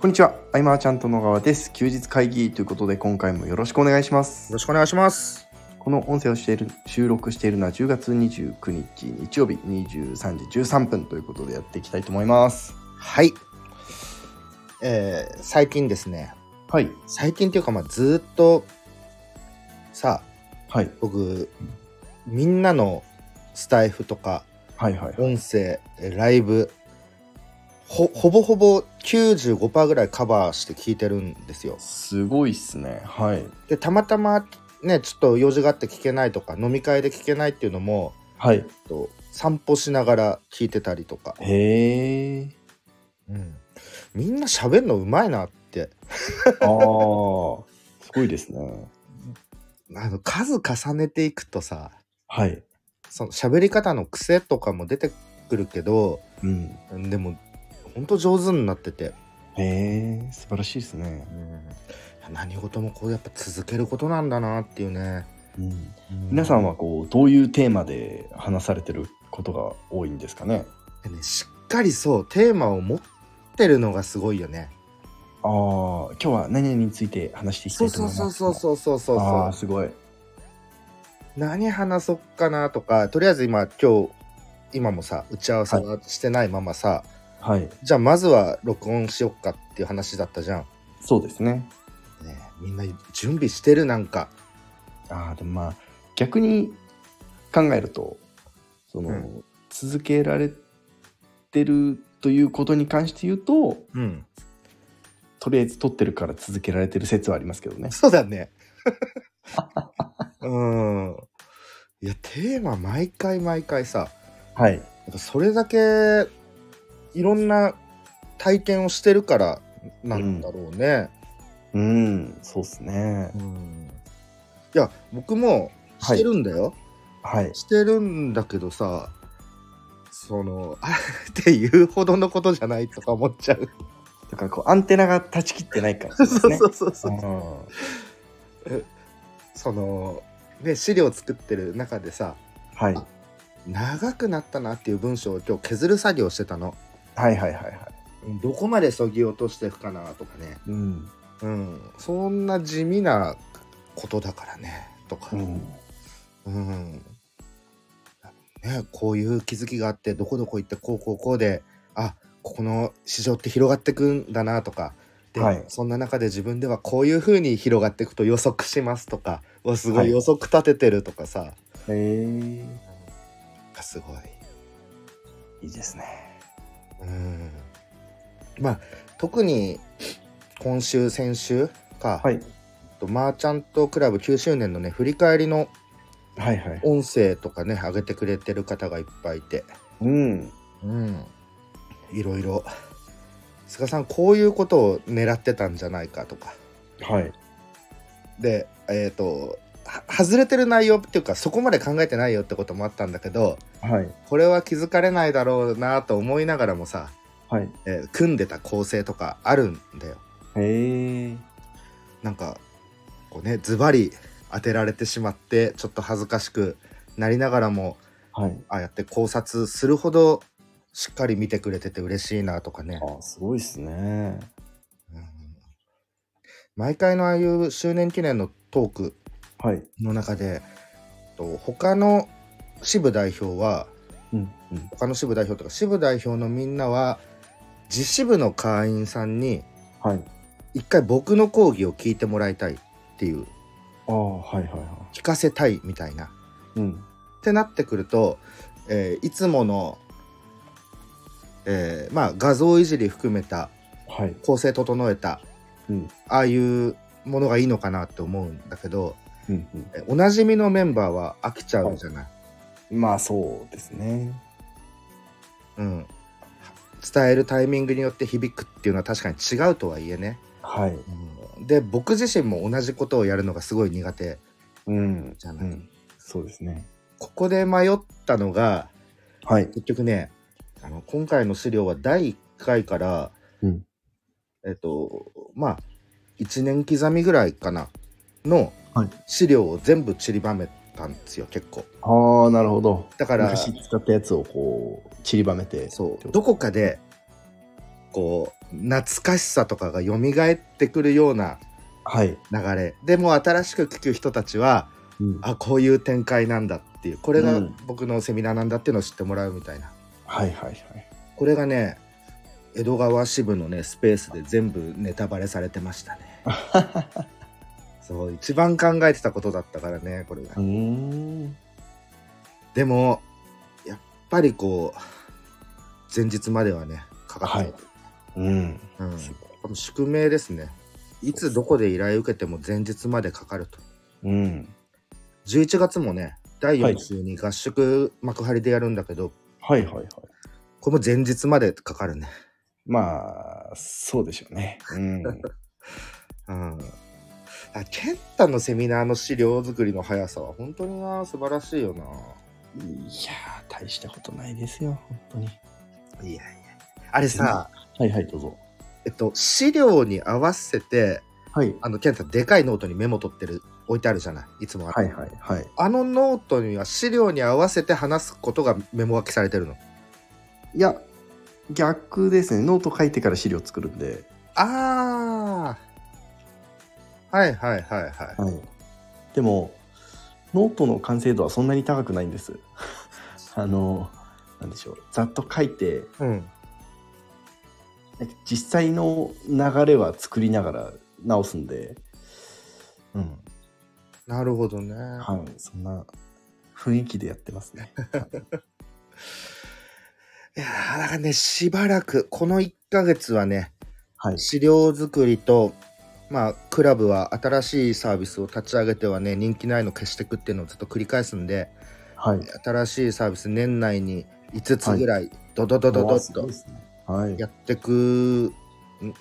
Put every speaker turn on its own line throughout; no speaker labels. こんにちは、アイマーちゃんと野川です。休日会議ということで今回もよろしくお願いします。
ろしくお願いします。
この音声をしている収録しているのは10月29日日曜日23時13分ということでやっていきたいと思います。
はい。えー最近ですね、
はい、
最近っていうか、まあ、ずーっと、さあ、
はい、
僕、みんなのスタイフとか、
はい、はい。
音声、えーライブ、ほ、ほぼほぼ95%ぐらいカバーして聞いてるんですよ。
すごいっすね。はい、
で、たまたま、ね、ちょっと用事があって聞けないとか、飲み会で聞けないっていうのも、
はい。
えっと散歩しながら聞いてたりとか、
へえ。
うん、みんな喋るのうまいなって
ああ、すごいですね。
あの数重ねていくとさ
はい。
その喋り方の癖とかも出てくるけど
うん。
でもほんと上手になってて、
へえ、素晴らしいですね。
何事もこうやっぱ続けることなんだなっていうね、
うん。皆さんはこうどういうテーマで話されてることが多いんですかね
でねしっかりそうテーマを持ってるのがすごいよね
ああ今日は何々について話していきた
そう
いと
そ
思
う
います
そうそうそうそうそう
ああすごい
何話そっかなとかとりあえず今今日今もさ打ち合わせはしてないままさ、
はい
じゃあまずは録音しよっかっていう話だったじゃん、
そうですね
ねえ、みんな準備してるなんか
ああでもまあ逆に考えるとその、
うん
続けられてるということに関して言うと
うん
とりあえず撮ってるから続けられてる説はありますけどね
そうだね うんいやテーマ毎回毎回さ
はい
やっぱそれだけいろんな体験をしてるからなんだろうね、
うんそうですね
うんいや僕も
はい
してるんだよ、
はい
してるんだけどさそのあえて言うほどのことじゃないとか思っちゃう、
だからこうアンテナが断ち切ってないからです
そう
ね
そうそうそう
うん
そのね資料作ってる中でさ
はい
長くなったなっていう文章を今日削る作業してたの
はいはいはいはい。
どこまでそぎ落としていくかなとかね
うん。
うんそんな地味なことだからねとか
うん。
うんねこういう気づきがあってどこどこ行ってこうこうこうであここの市場って広がってくんだなとかで、
はい
そんな中で自分ではこういうふうに広がっていくと予測しますとかわすご
はい
い予測立ててるとかさ、
へえ。
あすごい
いいですね。
うんまあ特に今週先週か、
はい。
とマーチャントクラブ9周年のね振り返りの
はいはい。
音声とかね上げてくれてる方がいっぱいいて
うん。
うんいろいろ菅さんこういうことを狙ってたんじゃないかとか
はい。
でえっ、とは外れてる内容っていうかそこまで考えてないよってこともあったんだけど
はい。
これは気づかれないだろうなと思いながらもさ、
はい。
えー組んでた構成とかあるんだよ
へえ。
なんかこうねズバリ当てられてしまってちょっと恥ずかしくなりながらも
はい。
ああやって考察するほどしっかり見てくれてて嬉しいなとかね、
あ、すごいですね。
うん毎回のああいう周年記念のトーク
はい。
の中でと他の支部代表は
うん。うん。
他の支部代表とか支部代表のみんなは自支部の会員さんに
はい。
一回僕の講義を聞いてもらいたいっていう
ああ、はいはいは
聞かせたいみたいな。
い。うん。
ってなってくると、えーいつもの、えーまあ、画像いじり含めた
はい。
構成整えた
うん。
ああいうものがいいのかなって思うんだけど
うん。うん
えおなじみのメンバーは飽きちゃうじゃない、
まあ、そうですね。
うん、伝えるタイミングによって響くっていうのは確かに違うとはいえね、
はい。
で僕自身も同じことをやるのがすごい苦手
うん。
じゃ
う
ない、
ん。そうですね。
ここで迷ったのが
はい。
結局ねあの今回の資料は第1回から、
うん
えっとまあ1年刻みぐらいかなの
はい
資料を全部散りばめたんですよ結構
ああ、なるほど。
だから
昔使ったやつをこう、散りばめて。
そう
ど
どこかでこう懐かしさとかが蘇ってくるような
はい。
流れでもう新しく聞く人たちは
うん
あこういう展開なんだっていうこれ
う
が
ん
僕のセミナーなんだっていうのを知ってもらうみたいな
はいはいはい。
これがね江戸川支部のねスペースで全部ネタバレされてました ねそう一番考えてたことだったからねこれが
うーん。
でもやっぱりこう前日まではねかかって
うん。
た、うん、
す
この宿命ですねいつどこで依頼受けても前日までかかると
ごいうん。
11月もね第
は
4
い
週に合宿幕張でやるんだけど、
はいはいはい。
これも前日までかかるね、
まあ、そうでしょうね。うん。
うん、あ健太のセミナーの資料作りの速さは本当にな素晴らしいよない
やー、大したことないですよ、本当に。
いやいやあれさ、
はいはい、どうぞ。
えっと、資料に合わせて
はい。
あの健太でかいノートにメモ取ってる置いてあるじゃないいつもある
はいはいはい。
あのノートには資料に合わせて話すことがメモ書きされてるの。
いや、逆ですね。ノート書いてから資料作るんで。
ああ。はいはいはいはい。
はい。でも、ノートの完成度はそんなに高くないんです。 あの、なんでしょう。ざっと書いて、
うん。
なんか実際の流れは作りながら直すんで、うん。
なるほどね。
はい。そんな雰囲気でやってます ね。
いやーだからね、しばらく、この1ヶ月はね、
はい。
資料作りと、まあ、クラブは新しいサービスを立ち上げてはね、人気ないの消していくっていうのをずっと繰り返すんで、
はい。
新しいサービス年内に5つぐらい、ドドドドド
わあ
ッ
すごい
と
ですねはい。
やってく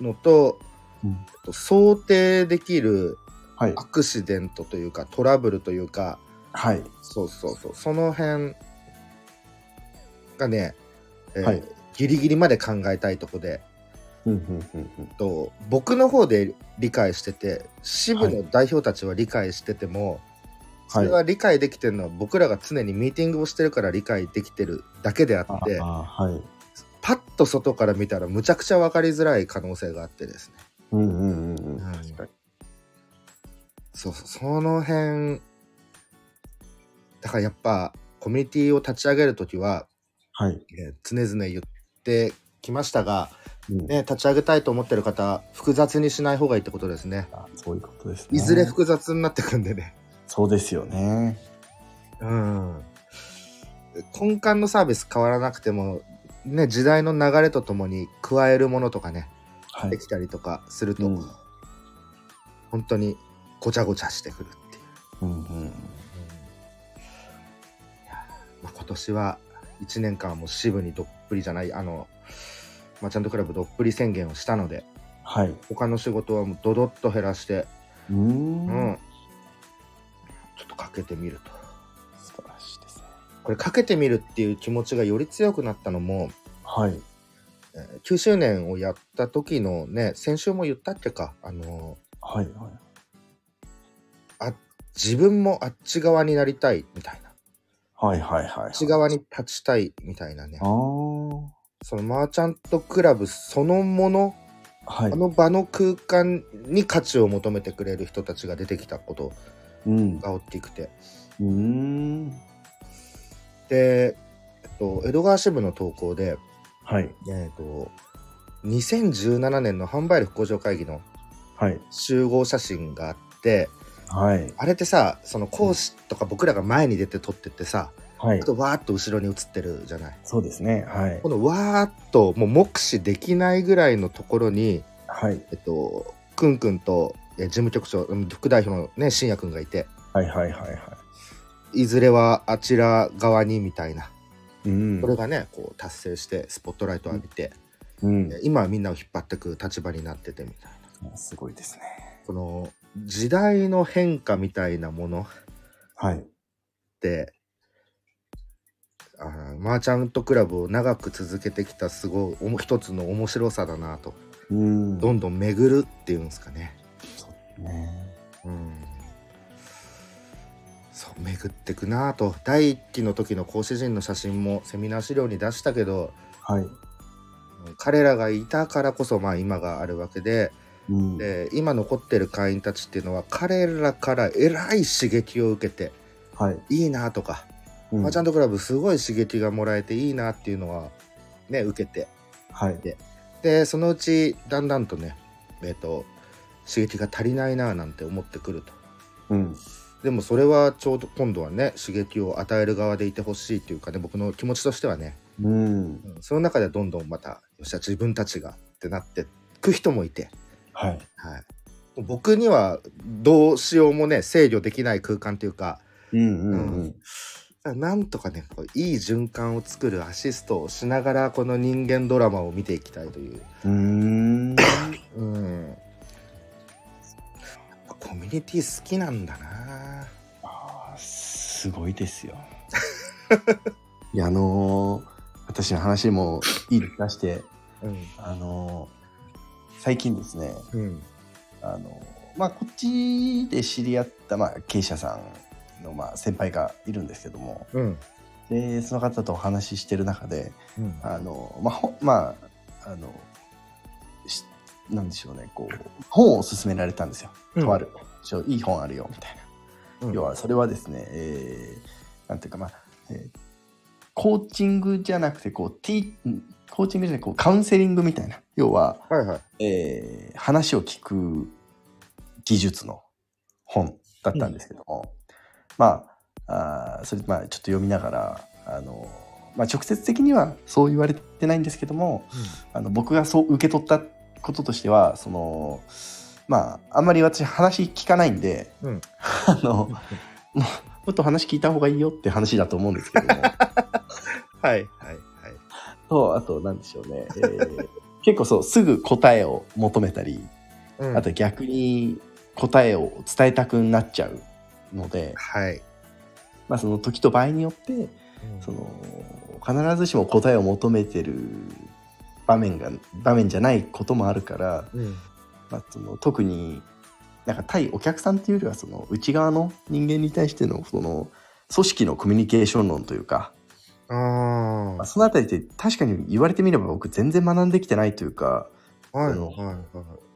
のと、
うん
えっと想定できる
はい
ア。クシデントというかトラブルというか
はい。
そうそうそうその辺がね、えー
はい
ギリギリまで考えたいとこで
うんうんうんうん。
と僕の方で理解してて支部の代表たちは理解してても、そ
はい
れは理解できてるのは僕らが常にミーティングをしてるから理解できてるだけであ
あ
って
あ、はい。
パッと外から見たらむちゃくちゃ分かりづらい可能性があってですね
うんうんうんうん。
うん
確かに。
そうそうその辺だからやっぱコミュニティを立ち上げる時は
はい。
えー常々言ってきましたが、
うん
ね、立ち上げたいと思ってる方複雑にしない方がいいってことですね
あそういうことですね。
いずれ複雑になってくんでね、
そうですよね。
うん、根幹のサービス変わらなくても、ね、時代の流れとともに加えるものとかね
はい
で。きたりとかすると、
うん
本当にごちゃごちゃしてくるってい
う
う、
んうん。
まあ、今年は1年間はもう支部にどっぷりじゃないあのマーチャントクラブどっぷり宣言をしたので
はい。
他の仕事はもうドドッと減らして、
うーん
うんちょっとかけてみると
素晴らしいですね。
これかけてみるっていう気持ちがより強くなったのも、
はい。
えー9周年をやった時のね先週も言ったっけかあの
はい。はい。
自分もあっち側になりたいみたいなあ
はいはいはい。
っち側に立ちたいみたいなね
ああ。
そのマーチャントクラブそのもの
はい
あ。の場の空間に価値を求めてくれる人たちが出てきたこと
うん。う
が大きくて
ーん。
で、えっと、江戸川支部の投稿で、
はい。
えっと2017年の販売力向上会議の
はい。
集合写真があって
はい。
あれってさその講師とか僕らが前に出て撮ってってさ、
はい
あ。とわーっと後ろに写ってるじゃない。
そうですね。はい
こ。のわーっともう目視できないぐらいのところに、
はい。
えっと、くんくんとえ事務局長うん副代表のね信也くんがいて
はいはいはいはい
ずれはあちら側にみたいな、
い。うん
こ。れがねこう達成してスポットライトを浴びて、
うん。
今はみんなを引っ張ってく立場になっててみたいな
すごいですね。
この時代の変化みたいなものっ
はい。
てあーマーチャントクラブを長く続けてきたすごいおも一つの面白さだなと
うん。
どんどん巡るっていうんですかね、
そうね。
うん、そう巡ってくなぁと第一期の時の講師陣の写真もセミナー資料に出したけど
はい。
彼らがいたからこそ、まあ、今があるわけで
うん
で今残ってる会員たちっていうのは彼らからえらい刺激を受けて
はい。
いいなとか、
うん
マーチャントクラブすごい刺激がもらえていいなっていうのはね受けて
はい。
でそのうちだんだんとねえっ、と刺激が足りないななんて思ってくると
うん。
でもそれはちょうど今度はね刺激を与える側でいてほしいっていうかね僕の気持ちとしてはね、
うん。
うんその中でどんどんまたよっしゃ自分たちがってなってく人もいて、
はい。
はい、僕にはどうしようもね制御できない空間というか
うんうんうん。
だからなんとかねこういい循環を作るアシストをしながらこの人間ドラマを見ていきたいという
うーん。
うんやっぱコミュニティ好きなんだな
あーすごいですよ。 いや、あのー私の話もいい出して、
うん
あのー最近ですね、
うん
あのーまあ、こっちで知り合った、まあ、経営者さんの、まあ、先輩がいるんですけども、
うん
で、その方とお話ししてる中で、
うん
あの、まあ、ほまあ、あの、しなんでしょうね、こう、本を勧められたんですよ。とある、ちょいい本あるよ、みたいな。
うん
要は、それはですね、えーなんていうか、まあ、えーコーチングじゃなくて、こう、ティーコーチングじゃなくて、こう、カウンセリングみたいな。要は、
はいはい
えー話を聞く技術の本だったんですけども、まああーそれまあちょっと読みながらあの、まあ、直接的にはそう言われてないんですけどもあの僕がそう受け取ったこととしてはそのまああんまり私話聞かないんで、
うん
あのもうもっと話聞いた方がいいよって話だと思うんですけど も。
はいはいはい
とあと何でしょうね、えー結構そうすぐ答えを求めたり
うん
あと逆に答えを伝えたくなっちゃうので、
はい、
まあ、その時と場合によってその必ずしも答えを求めてる場面が場面じゃないこともあるから、
うん
まあ、その特になんか対お客さんっていうよりはその内側の人間に対してのその組織のコミュニケーション論というか、
あ
まあ、そのあたりって確かに言われてみれば僕全然学んできてないというか
あはいは
あ
い
の
は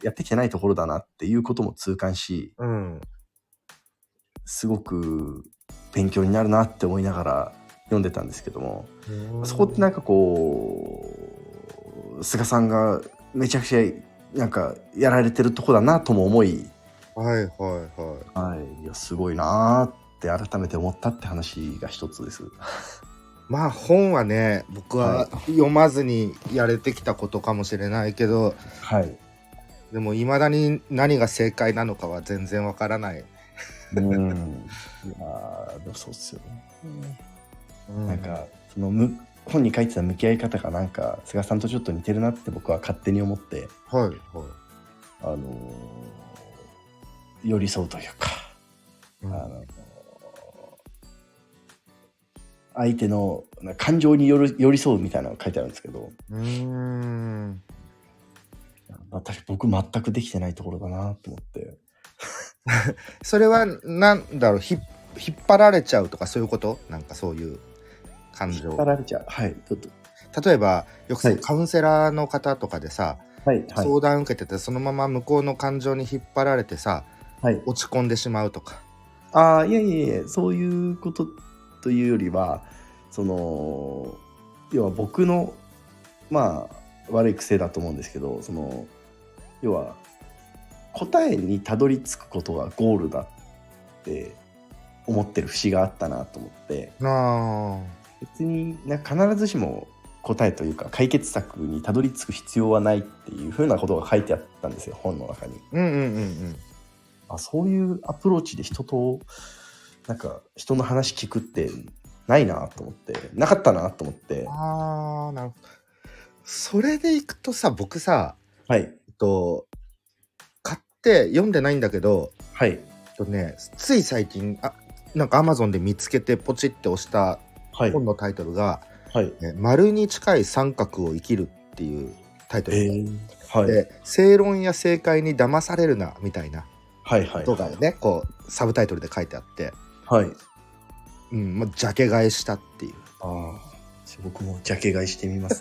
い
やってきてないところだなっていうことも痛感し、
うん
すごく勉強になるなって思いながら読んでたんですけどもそこってなんかこう菅さんがめちゃくちゃなんかやられてるとこだなとも思い、
はいはいはい
はい、いやすごいなーって改めて思ったって話が一つです。
まあ本はね僕は読まずにやれてきたことかもしれないけど
はい、
でもいまだに何が正解なのかは全然わからない、
うんいやーでもそうっすよね。
うん
なんかそのむ本に書いてた向き合い方がなんか菅さんとちょっと似てるなって僕は勝手に思って、
はいはい
あのー寄り添うというか。
う
あ
ん
の相手のな感情による寄り添うみたいなのが書いてあるんですけど
うーん
私僕全くできてないところだなと思って
それはなんだろうひ引っ張られちゃうとかそういうことなんかそういう感
引
情
っ張られちゃうはいちょっと
例えばよくその
はい
カウンセラーの方とかでさ、
はいはい
相談受けててそのまま向こうの感情に引っ張られてさ
はい
落ち込んでしまうとか
ああいやいやいやそういうことというよりはその要は僕のまあ悪い癖だと思うんですけどその要は答えにたどり着くことがゴールだって思ってる節があったなと思って
あ
別になんか必ずしも答えというか解決策にたどり着く必要はないっていうふうなことが書いてあったんですよ本の中に。
うんうんうん
あそういうアプローチで人となんか人の話聞くってないなと思ってなかったなと思って
うんああなるほどそれでいくとさ僕さ
はい
えっと買って読んでないんだけど
はい
えっとねつい最近あなんかアマゾンで見つけてポチって押した
はい
本のタイトルが
はい
「え丸に近い三角を生きる」っていうタイト
え
ルで、
ーはい
で正論や正解に騙されるなみたいな
はいはい
ことがね、こうサブタイトルで書いてあって、
はい
うんまあ、ジャケ買いしたっていう
ああ僕もジャケ買いしてみます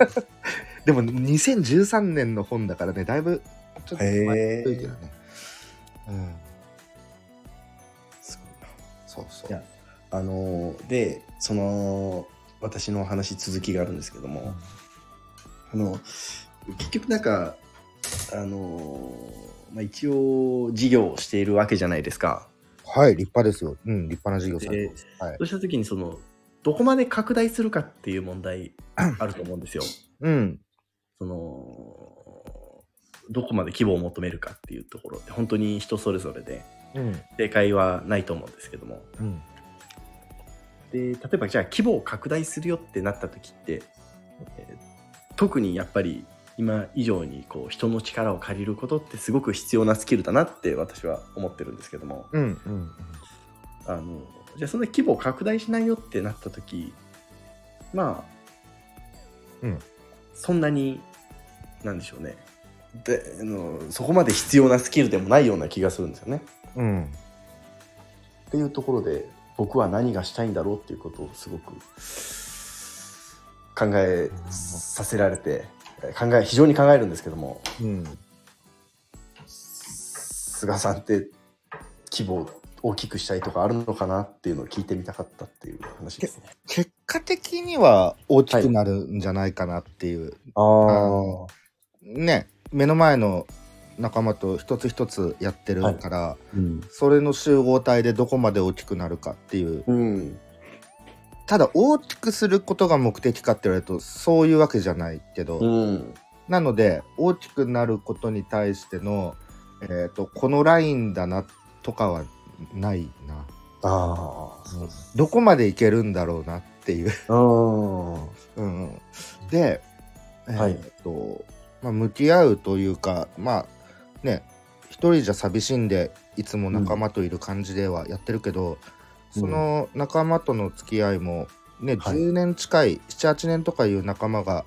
でも2013年の本だからねだいぶちょっと
へー
前っぽいけどね、うん
すごいな
そうそ
いうやあのーでその私の話続きがあるんですけども、あの結局なんかあのー、まあ、一応事業をしているわけじゃないですか
はい立派ですようん立派な事業されてます、はい
そうした時にそのどこまで拡大するかっていう問題あると思うんですよ
うん
そのどこまで規模を求めるかっていうところって本当に人それぞれで
うん
正解はないと思うんですけども
うん
で例えばじゃあ規模を拡大するよってなった時って、えー特にやっぱり今以上にこう人の力を借りることってすごく必要なスキルだなって私は思ってるんですけども
うんうん
あのじゃあそんな規模を拡大しないよってなった時まあ、
うん
そんなになんでしょうねであのそこまで必要なスキルでもないような気がするんですよね。
うん
っていうところで僕は何がしたいんだろうっていうことをすごく考えさせられてえ考え非常に考えるんですけども
うん
菅さんって規模を大きくしたいとかあるのかなっていうのを聞いてみたかったっていう話ですね。
結果的には大きくなるんじゃないかなっていう、
あ
ーね目の前の仲間と一つ一つやってるから、
うん、
それの集合体でどこまで大きくなるかっていう
うん、
ただ大きくすることが目的かって言われるとそういうわけじゃないけど、
うん、
なので大きくなることに対しての、えー、とこのラインだなとかはないな
ああ、そう
どこまでいけるんだろうなっていう
うん、
うんうん、で、え
はい
ーっとまあ、向き合うというかまあね一人じゃ寂しいんでいつも仲間といる感じではやってるけど、
うん
その仲間との付き合いも、ね
はい
10年近い78年とかいう仲間が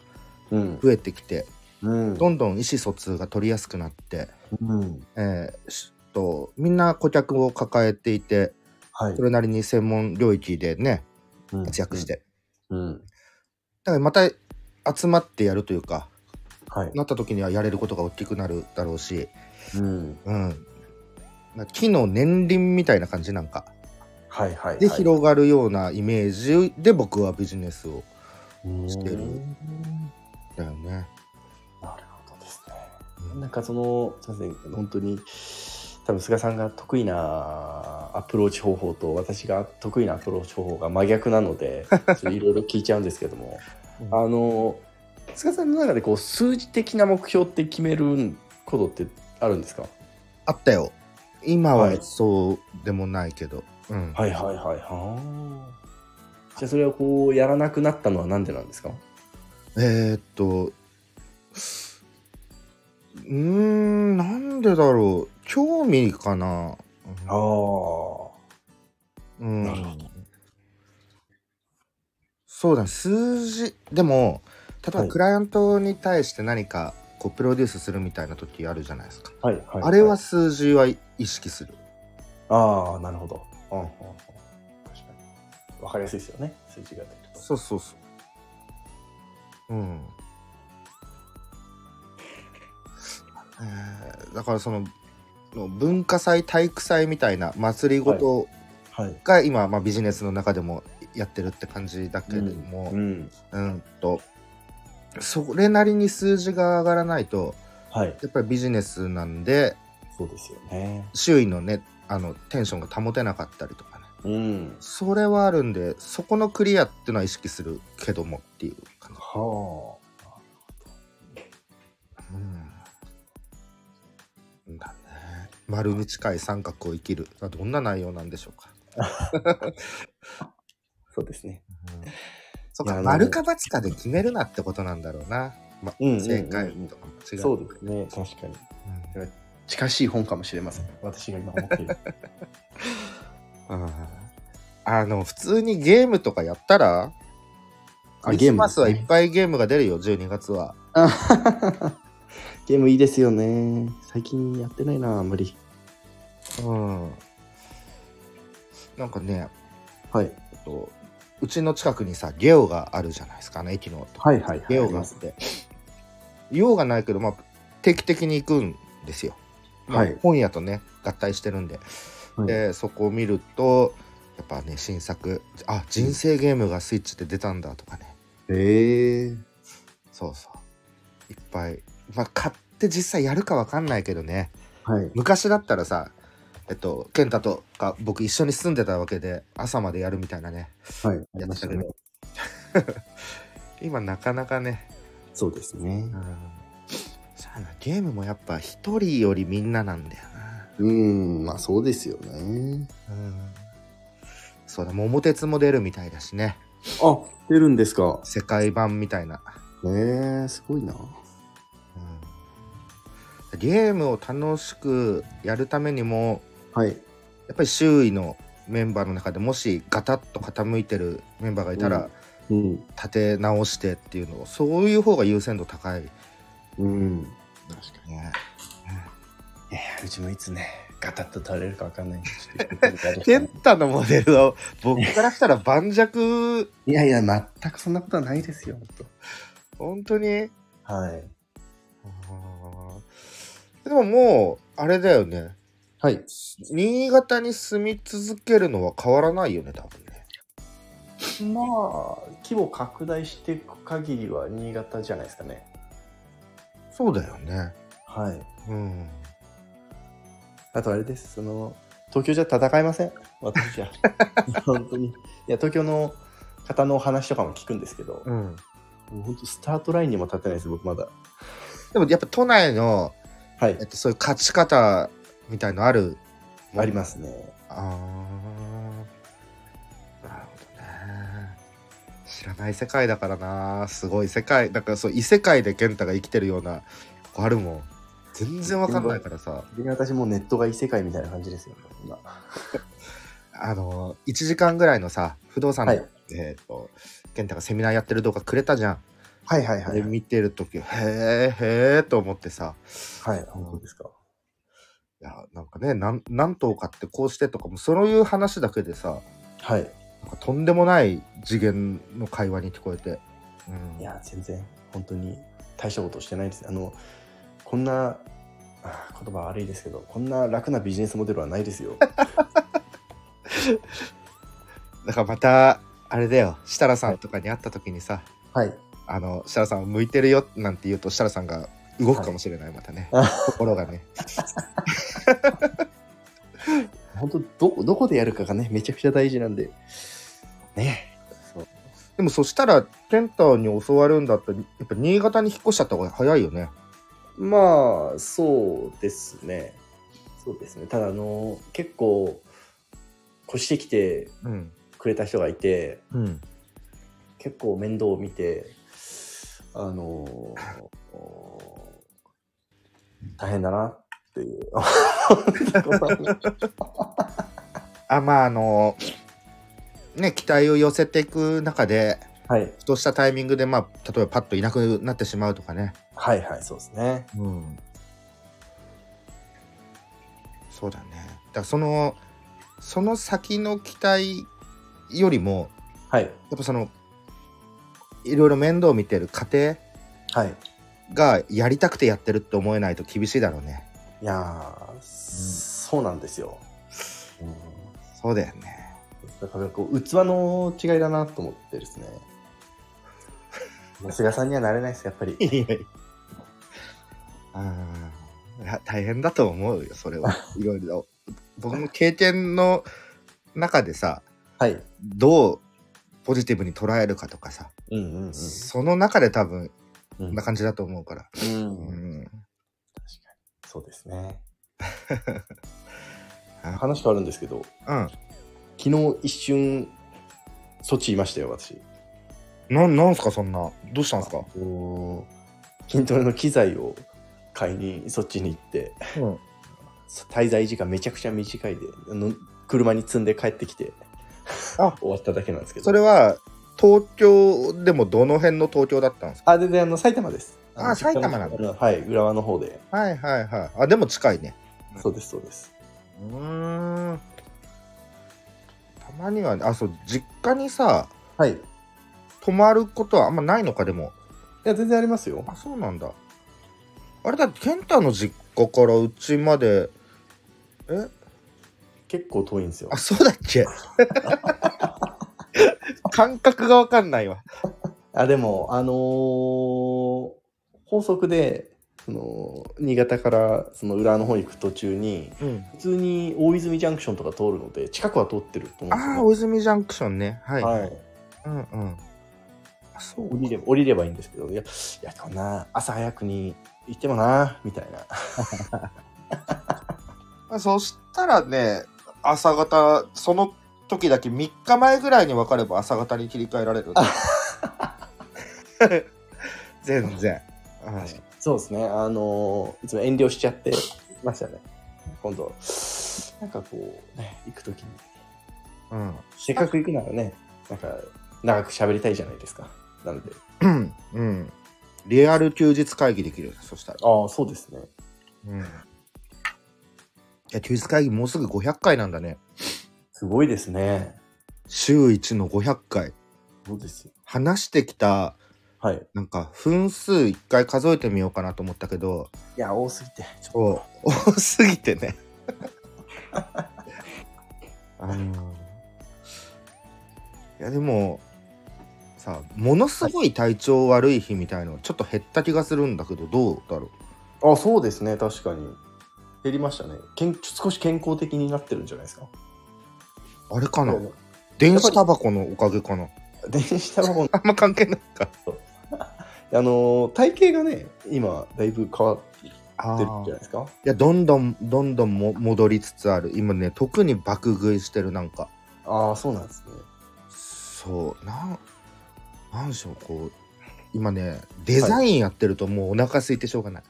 うん、
増えてきて
うん、
どんどん意思疎通が取りやすくなって、
うん、
えーしとみんな顧客を抱えていて
はい
そ、れなりに専門領域でね活躍して、
うん、
だからまた集まってやるというか
はい、
なった時にはやれることが大きくなるだろうし、
うん、
うん、な木の年輪みたいな感じなんか
はい、はい、
で広がるようなイメージで僕はビジネスをしてるだよね。
なるほどです
うん
ね。なんかその、すみません、本当に、多分菅さんが得意なアプローチ方法と、私が得意なアプローチ方法が真逆なの で、ちょっといろいろ聞いちゃうんですけども、
うん
あの、菅さんの中でこう数字的な目標って決めることってあるんですか
あったよ今
は
はいそうでもないけど、うん
はいはいはい。はあじゃあそれをこうやらなくなったのはなんでなんですか
えー、っとうーんなんでだろう興味かな。うん
あ。
うん
なるほど
そうだね数字でも例えば
はい
クライアントに対して何かこうプロデュースするみたいな時あるじゃないですか、
はいはい、
あれは数字は意識する
ああ、なるほど。うんうんうん、確かに。わかりやすいですよね、数字が出ると。
そうそうそううんえーだからそのの文化祭体育祭みたいな祭りごと
はい。
が今、まあ、ビジネスの中でもやってるって感じだけれども、
うん。
うんとそれなりに数字が上がらないと
はい。
やっぱりビジネスなんで
そうですよね。
周囲のねあのテンションが保てなかったりとかね
うん。
それはあるんでそこのクリアっていうのは意識するけどもっていう感じ、
は
うん、だね丸に近い三角を生きるあどんな内容なんでしょうか、
あ。そうですね。
そっ
い
か
や
丸か×かで決めるなってことなんだろうな、ま、
うんうんうん
正解とかも違う
そうですね。確かに。
うん
近しい本かもしれません。私が今思ってい る。
あの普通にゲームとかやったら
あ
クリスマスは
ゲ
い
ームですね
っぱいゲームが出るよ12月は
ゲームいいですよね。最近やってないな、無理。
うんなんかね、
はい。
えっと、うちの近くにさゲオがあるじゃないですかあの駅のとこ
はいはいはい
ゲオ
あり
があ
ま
っ
す
て用がないけど、まあ、定期的に行くんですよ。まあ
はい
本屋とね合体してるんで、
はい
でそこを見るとやっぱね新作「あ人生ゲームがスイッチで出たんだ」とかね
ええ
そうそういっぱい、まあ、買って実際やるかわかんないけどね
はい。
昔だったらさえっと健太とか僕一緒に住んでたわけで朝までやるみたいなね
はい。あ
や
り
っ
まし
て
たた
け
ね。
ど今なかなかね
そうですね
う。んそうやなゲームもやっぱ一人よりみんななんだよな
うん、まあそうですよね。
うんそうだ桃鉄も出るみたいだしね
あ、出るんですか。
世界版みたいな、
ええすごいな。
うんゲームを楽しくやるためにも
はい。
やっぱり周囲のメンバーの中でもしガタッと傾いてるメンバーがいたら、
うんうん。
立て直してっていうのをそういう方が優先度高い
うん。
確かにね
ええうちもいつね、ガタッと垂れるかわかんないんで。
健太のモデルを僕からしたら盤石
いやいや、全くそんなことはないですよ。
本当に
はい。
でももうあれだよね
はい。
新潟に住み続けるのは変わらないよね多分ね
まあ、規模拡大していく限りは新潟じゃないですかね。
そうだよね
はい。
うん
あとあれです、その、東京じゃ戦えません、私は。 本当に。いや、東京の方のお話とかも聞くんですけど、
うん
もう本当スタートラインにも立てないです、僕まだ。
でもやっぱ都内の、
はい
えっ。と、そういう勝ち方みたいのある
ありますすね。
あーなるほどね知らない世界だからなすごい世界だからそう異世界で健太が生きてるようなとこあるもん全然わかんないからさ
で、私もうネットが異世界みたいな感じですよ、今。
あの1時間ぐらいのさ不動産の、
はい
えっと健太がセミナーやってる動画くれたじゃん、
はいはい
あ
は
れ
い。
見てる時へえへえと思ってさ
はい、本当ですか。
いやなんかねなん何頭かってこうしてとかもそういう話だけでさ
はい。
なんかとんでもない次元の会話に聞こえて、うん、
いや、全然、本当に大したことしてないです。あの、こんな、あー言葉悪いですけど、こんな楽なビジネスモデルはないです よ。
だからまたあれだよ設楽さんとかに会った時にさ、
はい。
あの設楽さん向いてるよなんて言うと設楽さんが動くかもしれない、またね
あ
心がね
本当ど、どこでやるかがね、めちゃくちゃ大事なんで。ね。そう
でもそしたら健太に教わるんだったらやっぱ新潟に引っ越しちゃった方が早いよね
まあそうですねそうですねただあの結構越してきて
うん
くれた人がいて
うん
結構面倒を見てあの大変だなっていう
あまああのね期待を寄せていく中で
はい
ふとしたタイミングでまあ例えばパッといなくなってしまうとかね
はいはいそうですね
うんそうだねだからそのその先の期待よりも
はい
やっぱそのいろいろ面倒を見てる家庭
はい
がやりたくてやってるって思えないと厳しいだろうね
いやー、そうなんですよ、うん
そうだよね
だからこう器の違いだなと思ってですね。まあ菅さんにはなれないです、やっぱり。
いやいやあーいや大変だと思うよそれ はいろいろ僕も経験の中でさ
はい。
どうポジティブに捉えるかとかさ、
うんうん
その中で多分
うん。
こんな感じだと思うから、
う。
うんん、
そうです ね。
あ
話変わるんですけど、
うん
昨日一瞬、そっちいましたよ、私。
なんなんすかそんなどうしたんすか、
こう筋トレの機材を買いにそっちに行って、
うん、
滞在時間めちゃくちゃ短いで、あの車に積んで帰ってきて、
あ
終わっただけなんですけど。
それは東京でもどの辺の東京だったんですか
あ、全然あの埼玉です。
あ
の
埼玉なんだ
あのはい、浦和の方で。
はいはいはいあでも近いね
そうです、そうです。
うーんたまにはねあそう実家にさ
はい。い
泊まることはあんまないのかでも
や、全然ありますよ。
あそうなんだあれだって健太の実家からうちまでえ
結構遠いんですよ
あ。そうだっ け感覚がわかんないわ
あでも、あのー高速で、その、新潟からその裏の方行く途中に、
うん
普通に大泉ジャンクションとか通るので、近くは通ってると思うんです
ああ
よ、
大
ね。
泉ジャンクションねはい、
はい。
うんうんあそう
降りれば降りればいいんですけど、いや、いやこんな朝早くに行ってもな、みたいな。
まあそしたらね朝方その時だけ3日前ぐらいに分かれば朝方に切り替えられる 全然、うん
そうですね。あのーいつも遠慮しちゃってましたね。今度、なんかこう、ね、行くときに、
うん
せっかく行くならね、なんか、長く喋りたいじゃないですか。なので。
うんうんリアル休日会議できるよそしたら、
ああ、そうですね。
うん、いや休日会議もうすぐ500回なんだね
すごいですね。
週1の500回
そうですよ。
話してきた
はい。
なんか分数1回数えてみようかなと思ったけど
いや、多すぎて。
そう多すぎてねあのいやでもさものすごい体調悪い日みたいのちょっと減った気がするんだけどどうだろう
あ、そうですね。確かに。減りましたね。けん少し健康的になってるんじゃないですか。
あれかな
そう
電子タバコのおかげかな
電子タバコの
あんま関係ないか
あのー体型がね、今、だいぶ変わってるじ
あ
ゃない
ーい
ですか。
やどんどんどんどんも戻りつつある今ね特に爆食いしてるなんか
ああ、そうなんですね。
そうなんなんでしょうこう今ねデザインやってるともうお腹空いてしょうがない、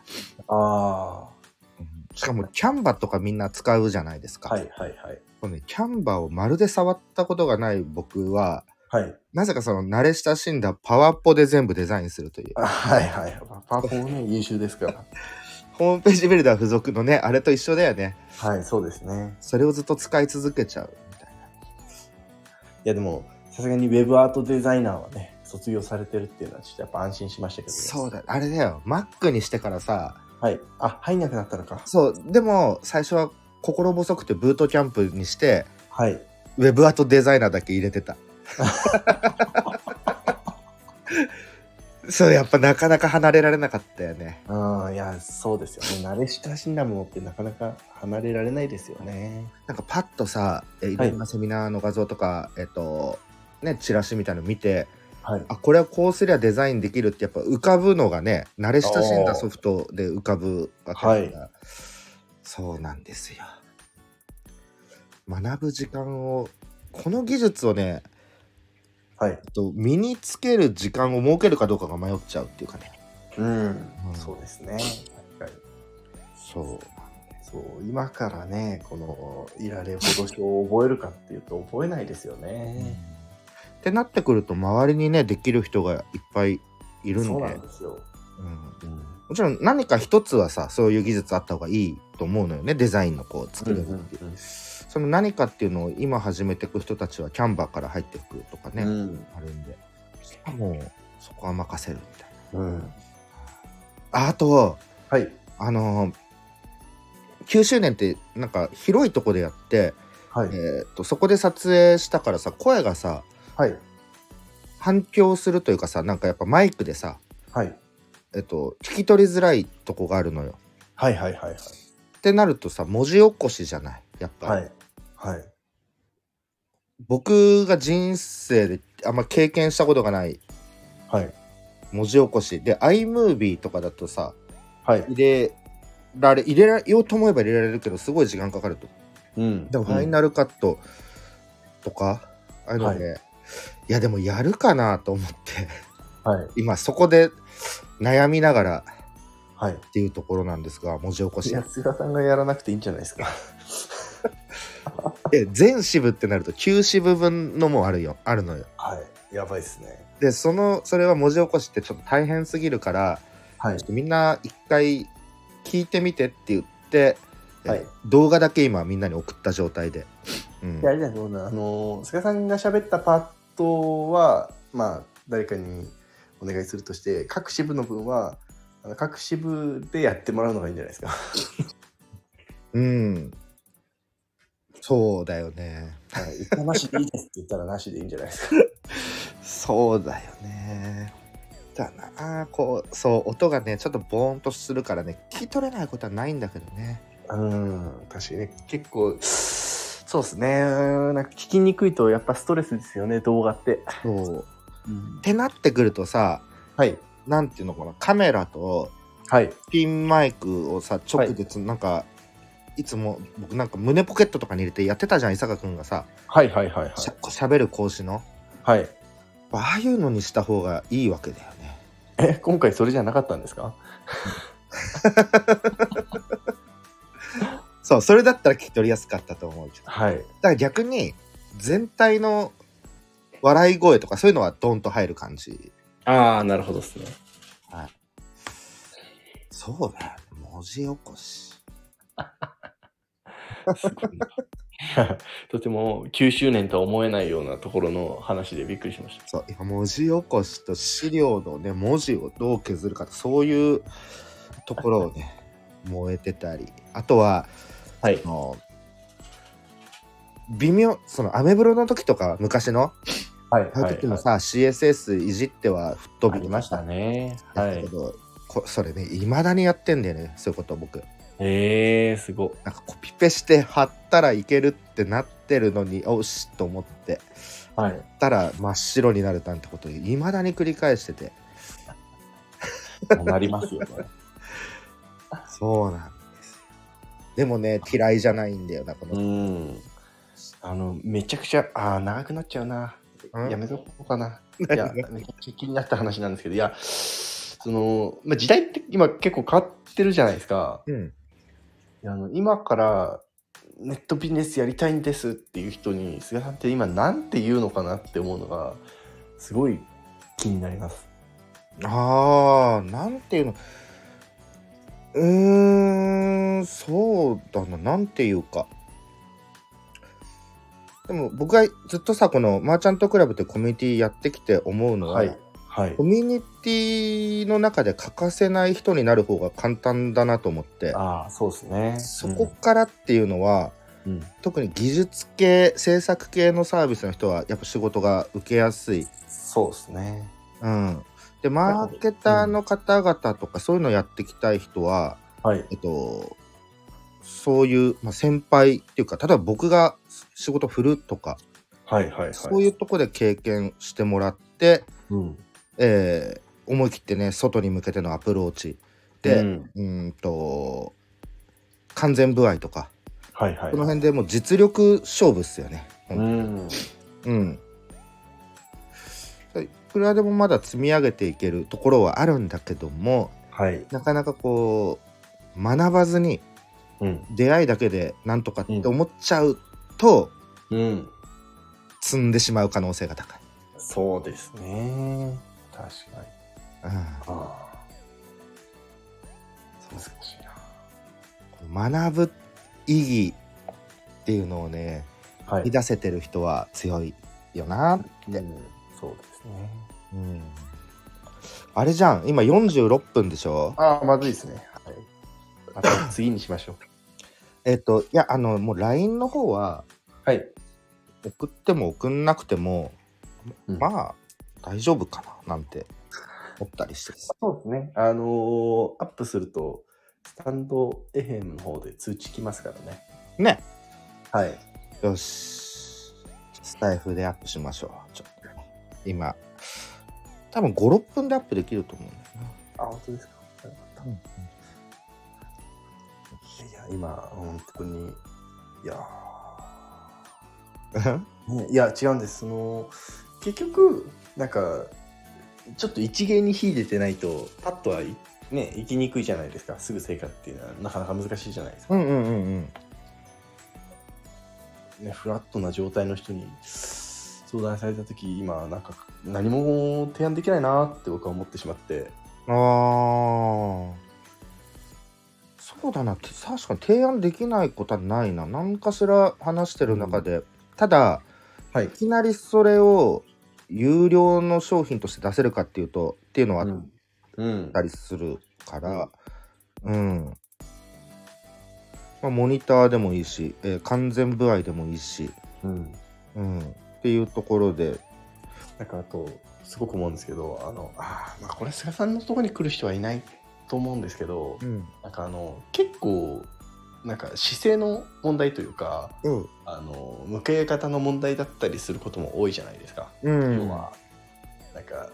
あ
しかもキャンバとかみんな使うじゃないです
あ、
か、
はいはいはい。
こうね、キャンバをまるで触ったことがない僕は
はい。
なぜかその慣れ親しんだパワポで全部デザインするという
あはいはい。パーコもね、 優秀ですから。
ホームページビルダー付属のねあれと一緒だよね
はい、そうですね。
それをずっと使い続けちゃうみた
い
い
や、でも、さすがにウェブアートデザイナーはね、卒業されてるっていうのは、ちょっとやっぱ安心しましたけ
な
ど、ね。
そうだあれだよ Mac にしてからさ
はい。あ、入んなくなったのか。
そうでも最初は心細くてブートキャンプにして
はい。
ウェブアートデザイナーだけ入れてたそうやっぱなかなか離れられなかったよね
うん、いや、そうですよね。慣れ親しんだものってなかなか離れられないですよね。
なんかパッとさえいろんなセミナーの画像とか、えっとねチラシみたいの見て
はい。
あこれはこうすりゃデザインできるってやっぱ浮かぶのがね慣れ親しん
あ
だ
ー
ソフトで浮かぶわけだから、
は
そうなんですよ学ぶ時間をこの技術をね
はい。
えっと身につける時間を設けるかどうかが迷っちゃうっていうかね
うん
う。ん
そうですね。確かに。
そう
そう、今からね、この、いられほどしを覚えるかっていうと、覚えないですよね。
ってなってくると周りにねできる人がいっぱいいるんで
そうなんですよ。
うん
うん。
もちろん何か一つはさそういう技術あった方がいいと思うのよねデザインのこう作れるっていう、その何かっていうのを今始めていく人たちはキャンバーから入っていくとかね、
うん。
あるんでもうそこは任せるみたい
うん。
なああと
はい。
あのー、9周年ってなんか広いとこでやって、
はい。
えーっとそこで撮影したからさ声がさ
はい。
反響するというかさなんかやっぱマイクでさ、
はい。
えっと聞き取りづらいとこがあるのよ。
はいはいはいはい。
ってなるとさ文字起こしじゃないやっぱり、
はい。はい。
僕が人生であんま経験したことがない
はい。
文字起こしで iMovie とかだとさ
はい。
入れられ入れられようと思えば入れられるけどすごい時間かかると
うん。
でもフ
は
ァイ
い。
ナルカットとか、ああいうので、い、やでもやるかなと思って
はい。
今そこで悩みながら
はい。
っていうところなんですが文字起こし
安田さんがやらなくていいんじゃないですか。
で全支部ってなると9支部分のもあるよあるのよ
はい。やばいですね。
でそのそれは文字起こしってちょっと大変すぎるから
はい
ちょっ。とみんな一回聞いてみてって言って、え
はい
動画だけ今みんなに送った状態で、うん
であれだよな、あの、菅さんが喋ったパートは、まあ、誰かにお願いするとして、各支部の分は、あの各支部でやってもらうのがいいんじゃないですか。
うん。そうだよね。
はい、一旦なしでいいですって言ったらなしでいいんじゃないですか。
そうだよね。だなあこうそう音がねちょっとボーンとするからね聞き取れないことはないんだけどね
うん、確かにね、結構、そうですね。なんか聞きにくいとやっぱストレスですよね、動画って。
そうってなってくるとさ
はい、
なんていうのかなカメラと
はい。
ピンマイクをさ直接なんか、い、つも僕なんか胸ポケットとかに入れてやってたじゃん伊坂君がさ、
はいはいはいはい。
しゃしゃべる講師の
はい、
ああいうのにした方がいいわけだよね
え、今回それじゃなかったんですか
そうそれだったら聞き取りやすかったと思うけどだか
はい。
ら逆に全体の笑い声とかそういうのはドンと入る感じ
ああ、なるほどですね。
そうだよね文字起こし
すごいなとても9周年とは思えないようなところの話でびっくりしまし
そういや文字起こしと資料のね文字をどう削るかとそういうところを ね燃えてたりあとは
た。はい
あ。の微妙そのアメブロの時とか昔の
はい。
あの時もさ、CSS いじっては吹っ飛
あ
び
り
と
ま
か
した
さ
ね。は
やったけ
い。
ど、こそれねいまだにやってんだよねそういうことを僕
えー、すごい。
なんかコピペして貼ったらいけるってなってるのにおしと思って
はい。
貼ったら真っ白になるなんてこといまだに繰り返してて
なりますよ、これ。
そうなんですよ。でもね、嫌いじゃないんだよな、こ
う
の。
ん。あの、めちゃくちゃ、ああ、長くなっちゃうな。
うん
やめとこうかな。いや、めっちゃ気になった話なんですけど、いや、その、まあ、時代って今結構変わってるじゃないですか。
うん。
いやあの今からネットビジネスやりたいんですっていう人に菅さんって今なんて言うのかなって思うのがすごい気になります。
ああ、なんていうの。うーん、そうだな、なんていうか。でも僕はずっとさ、このマーチャントクラブってコミュニティやってきて思うのは、
はいはい
コ。ミュニティの中で欠かせない人になる方が簡単だなと思って、
ああそうですね。
そこからっていうのは、
うん、うん
特に技術系制作系のサービスの人はやっぱ仕事が受けやすい、
そうですね。
うん、でマーケターの方々とかそういうのやっていきたい人は、
はい
えっと、そういう、まあ、先輩っていうか例えば僕が仕事振るとか、
はいはいはい。
そういうとこで経験してもらって、
うん
えー思い切ってね外に向けてのアプローチ
う
で、
ん
うーんと完全歩合とか
はいはい。
この辺でもう実力勝負っすよね。本当に
うん
うん。いくらでもまだ積み上げていけるところはあるんだけども
はい。
なかなかこう学ばずに
うん
出会いだけでなんとかって思っちゃうと、
うん
積んでしまう可能性が高い。
そうですね。確かに。
う
ああ難しいな。
ん、学ぶ意義っていうのをね
は
生み
い。
出せてる人は強いよなって。
うんそうですね。
うんあれじゃん今46分でしょ
ああまずいですね。はい。また次にしましょう。
えっ、といやあのもう LINE の方は
はい。
送っても送んなくても、
うん
まあ大丈夫かななんて思ったりしてます
そうですね。あのーアップすると、スタンド FM の方で通知来ますからね。
ね
はい。
よしスタイフでアップしましょうちょっとね今多分56分でアップできると思うんだよ
あ、本当ですか。よかった
うんうん
いや、今、本当に、いや
な
ー、ね、いや、違うんです。その、結局、なんか、ちょっと一芸に秀でてないと、パッとはい、ね、行きにくいじゃないですか。すぐ成果っていうのは、なかなか難しいじゃないですか。
うんうんうんうん
ね、フラットな状態の人に相談された時今なんか何も提案できないなって僕は思ってしまって
ああそうだなて確かに提案できないことはないな何かしら話してる中で、ただ
はい
い、きなりそれを有料の商品として出せるかっていうとっていうのは、
うんうん
たりするから、うん。まあ、モニターでもいいし、えー完全歩合でもいいし、
うん、
うん。っていうところで、
なんかあとすごく思うんですけどあのあー、まあ、これ菅さんのところに来る人はいないと思うんですけど
うん。
なんかあの結構なんか姿勢の問題というか
うん。
あの向け方の問題だったりすることも多いじゃないですか。
うん。
要はなんか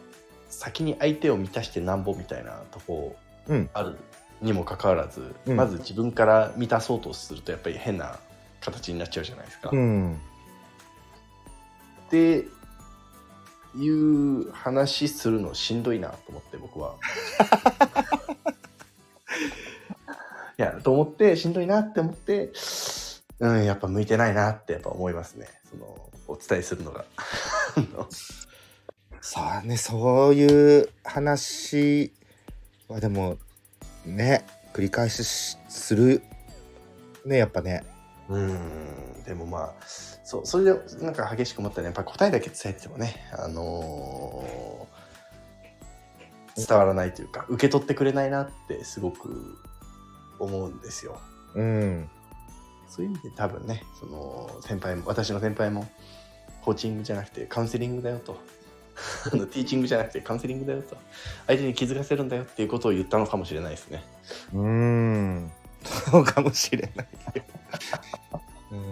先に相手を満たしてなんぼみたいなとこ
うん
あるにもかかわらず、
うん
まず自分から満たそうとするとやっぱり変な形になっちゃうじゃないですか。
う
っ
ん。
ていう話するのしんどいなと思って僕 は。いやと思ってしんどいなって思って。うん、やっぱ向いてないなってやっぱ思いますね。そのお伝えするのが。
さあね、そういう話はでも、ね、繰り返ししする。ね、やっぱね。
うーんでもまあそうそれでなんか激しく思ったらやっぱり答えだけ伝えててもね、あのー伝わらないというか受け取ってくれないなってすごく思うんですよ。
うん。
そういう意味で多分ねその先輩も私の先輩もコーチングじゃなくてカウンセリングだよと あのティーチングじゃなくてカウンセリングだよと相手に気づかせるんだよっていうことを言ったのかもしれないですね。
うん。そうかもしれないけど。うん、い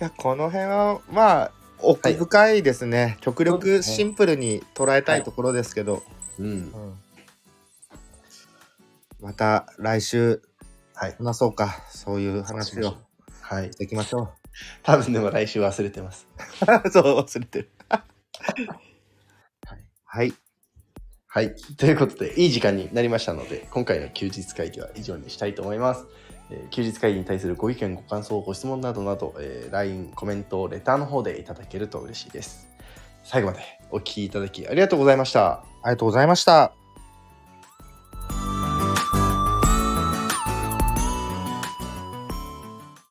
や、この辺は、まあ、奥深いですね。極
そうで
力
すね
シンプルに捉えた
はい
いところですけど。
うん
うんまた来週
はい
話そうか。そういう話を
はい
していきましょう。
多分でも来週忘れてます。
そう、 忘れてる。はい。
はい。ということで、いい時間になりましたので、今回の休日会議は以上にしたいと思います。えー休日会議に対するご意見、ご感想、ご質問などなど、えー LINE、コメント、レターの方でいただけると嬉しいです。最後までお聞きいただきありがとうございました。
ありがとうございました。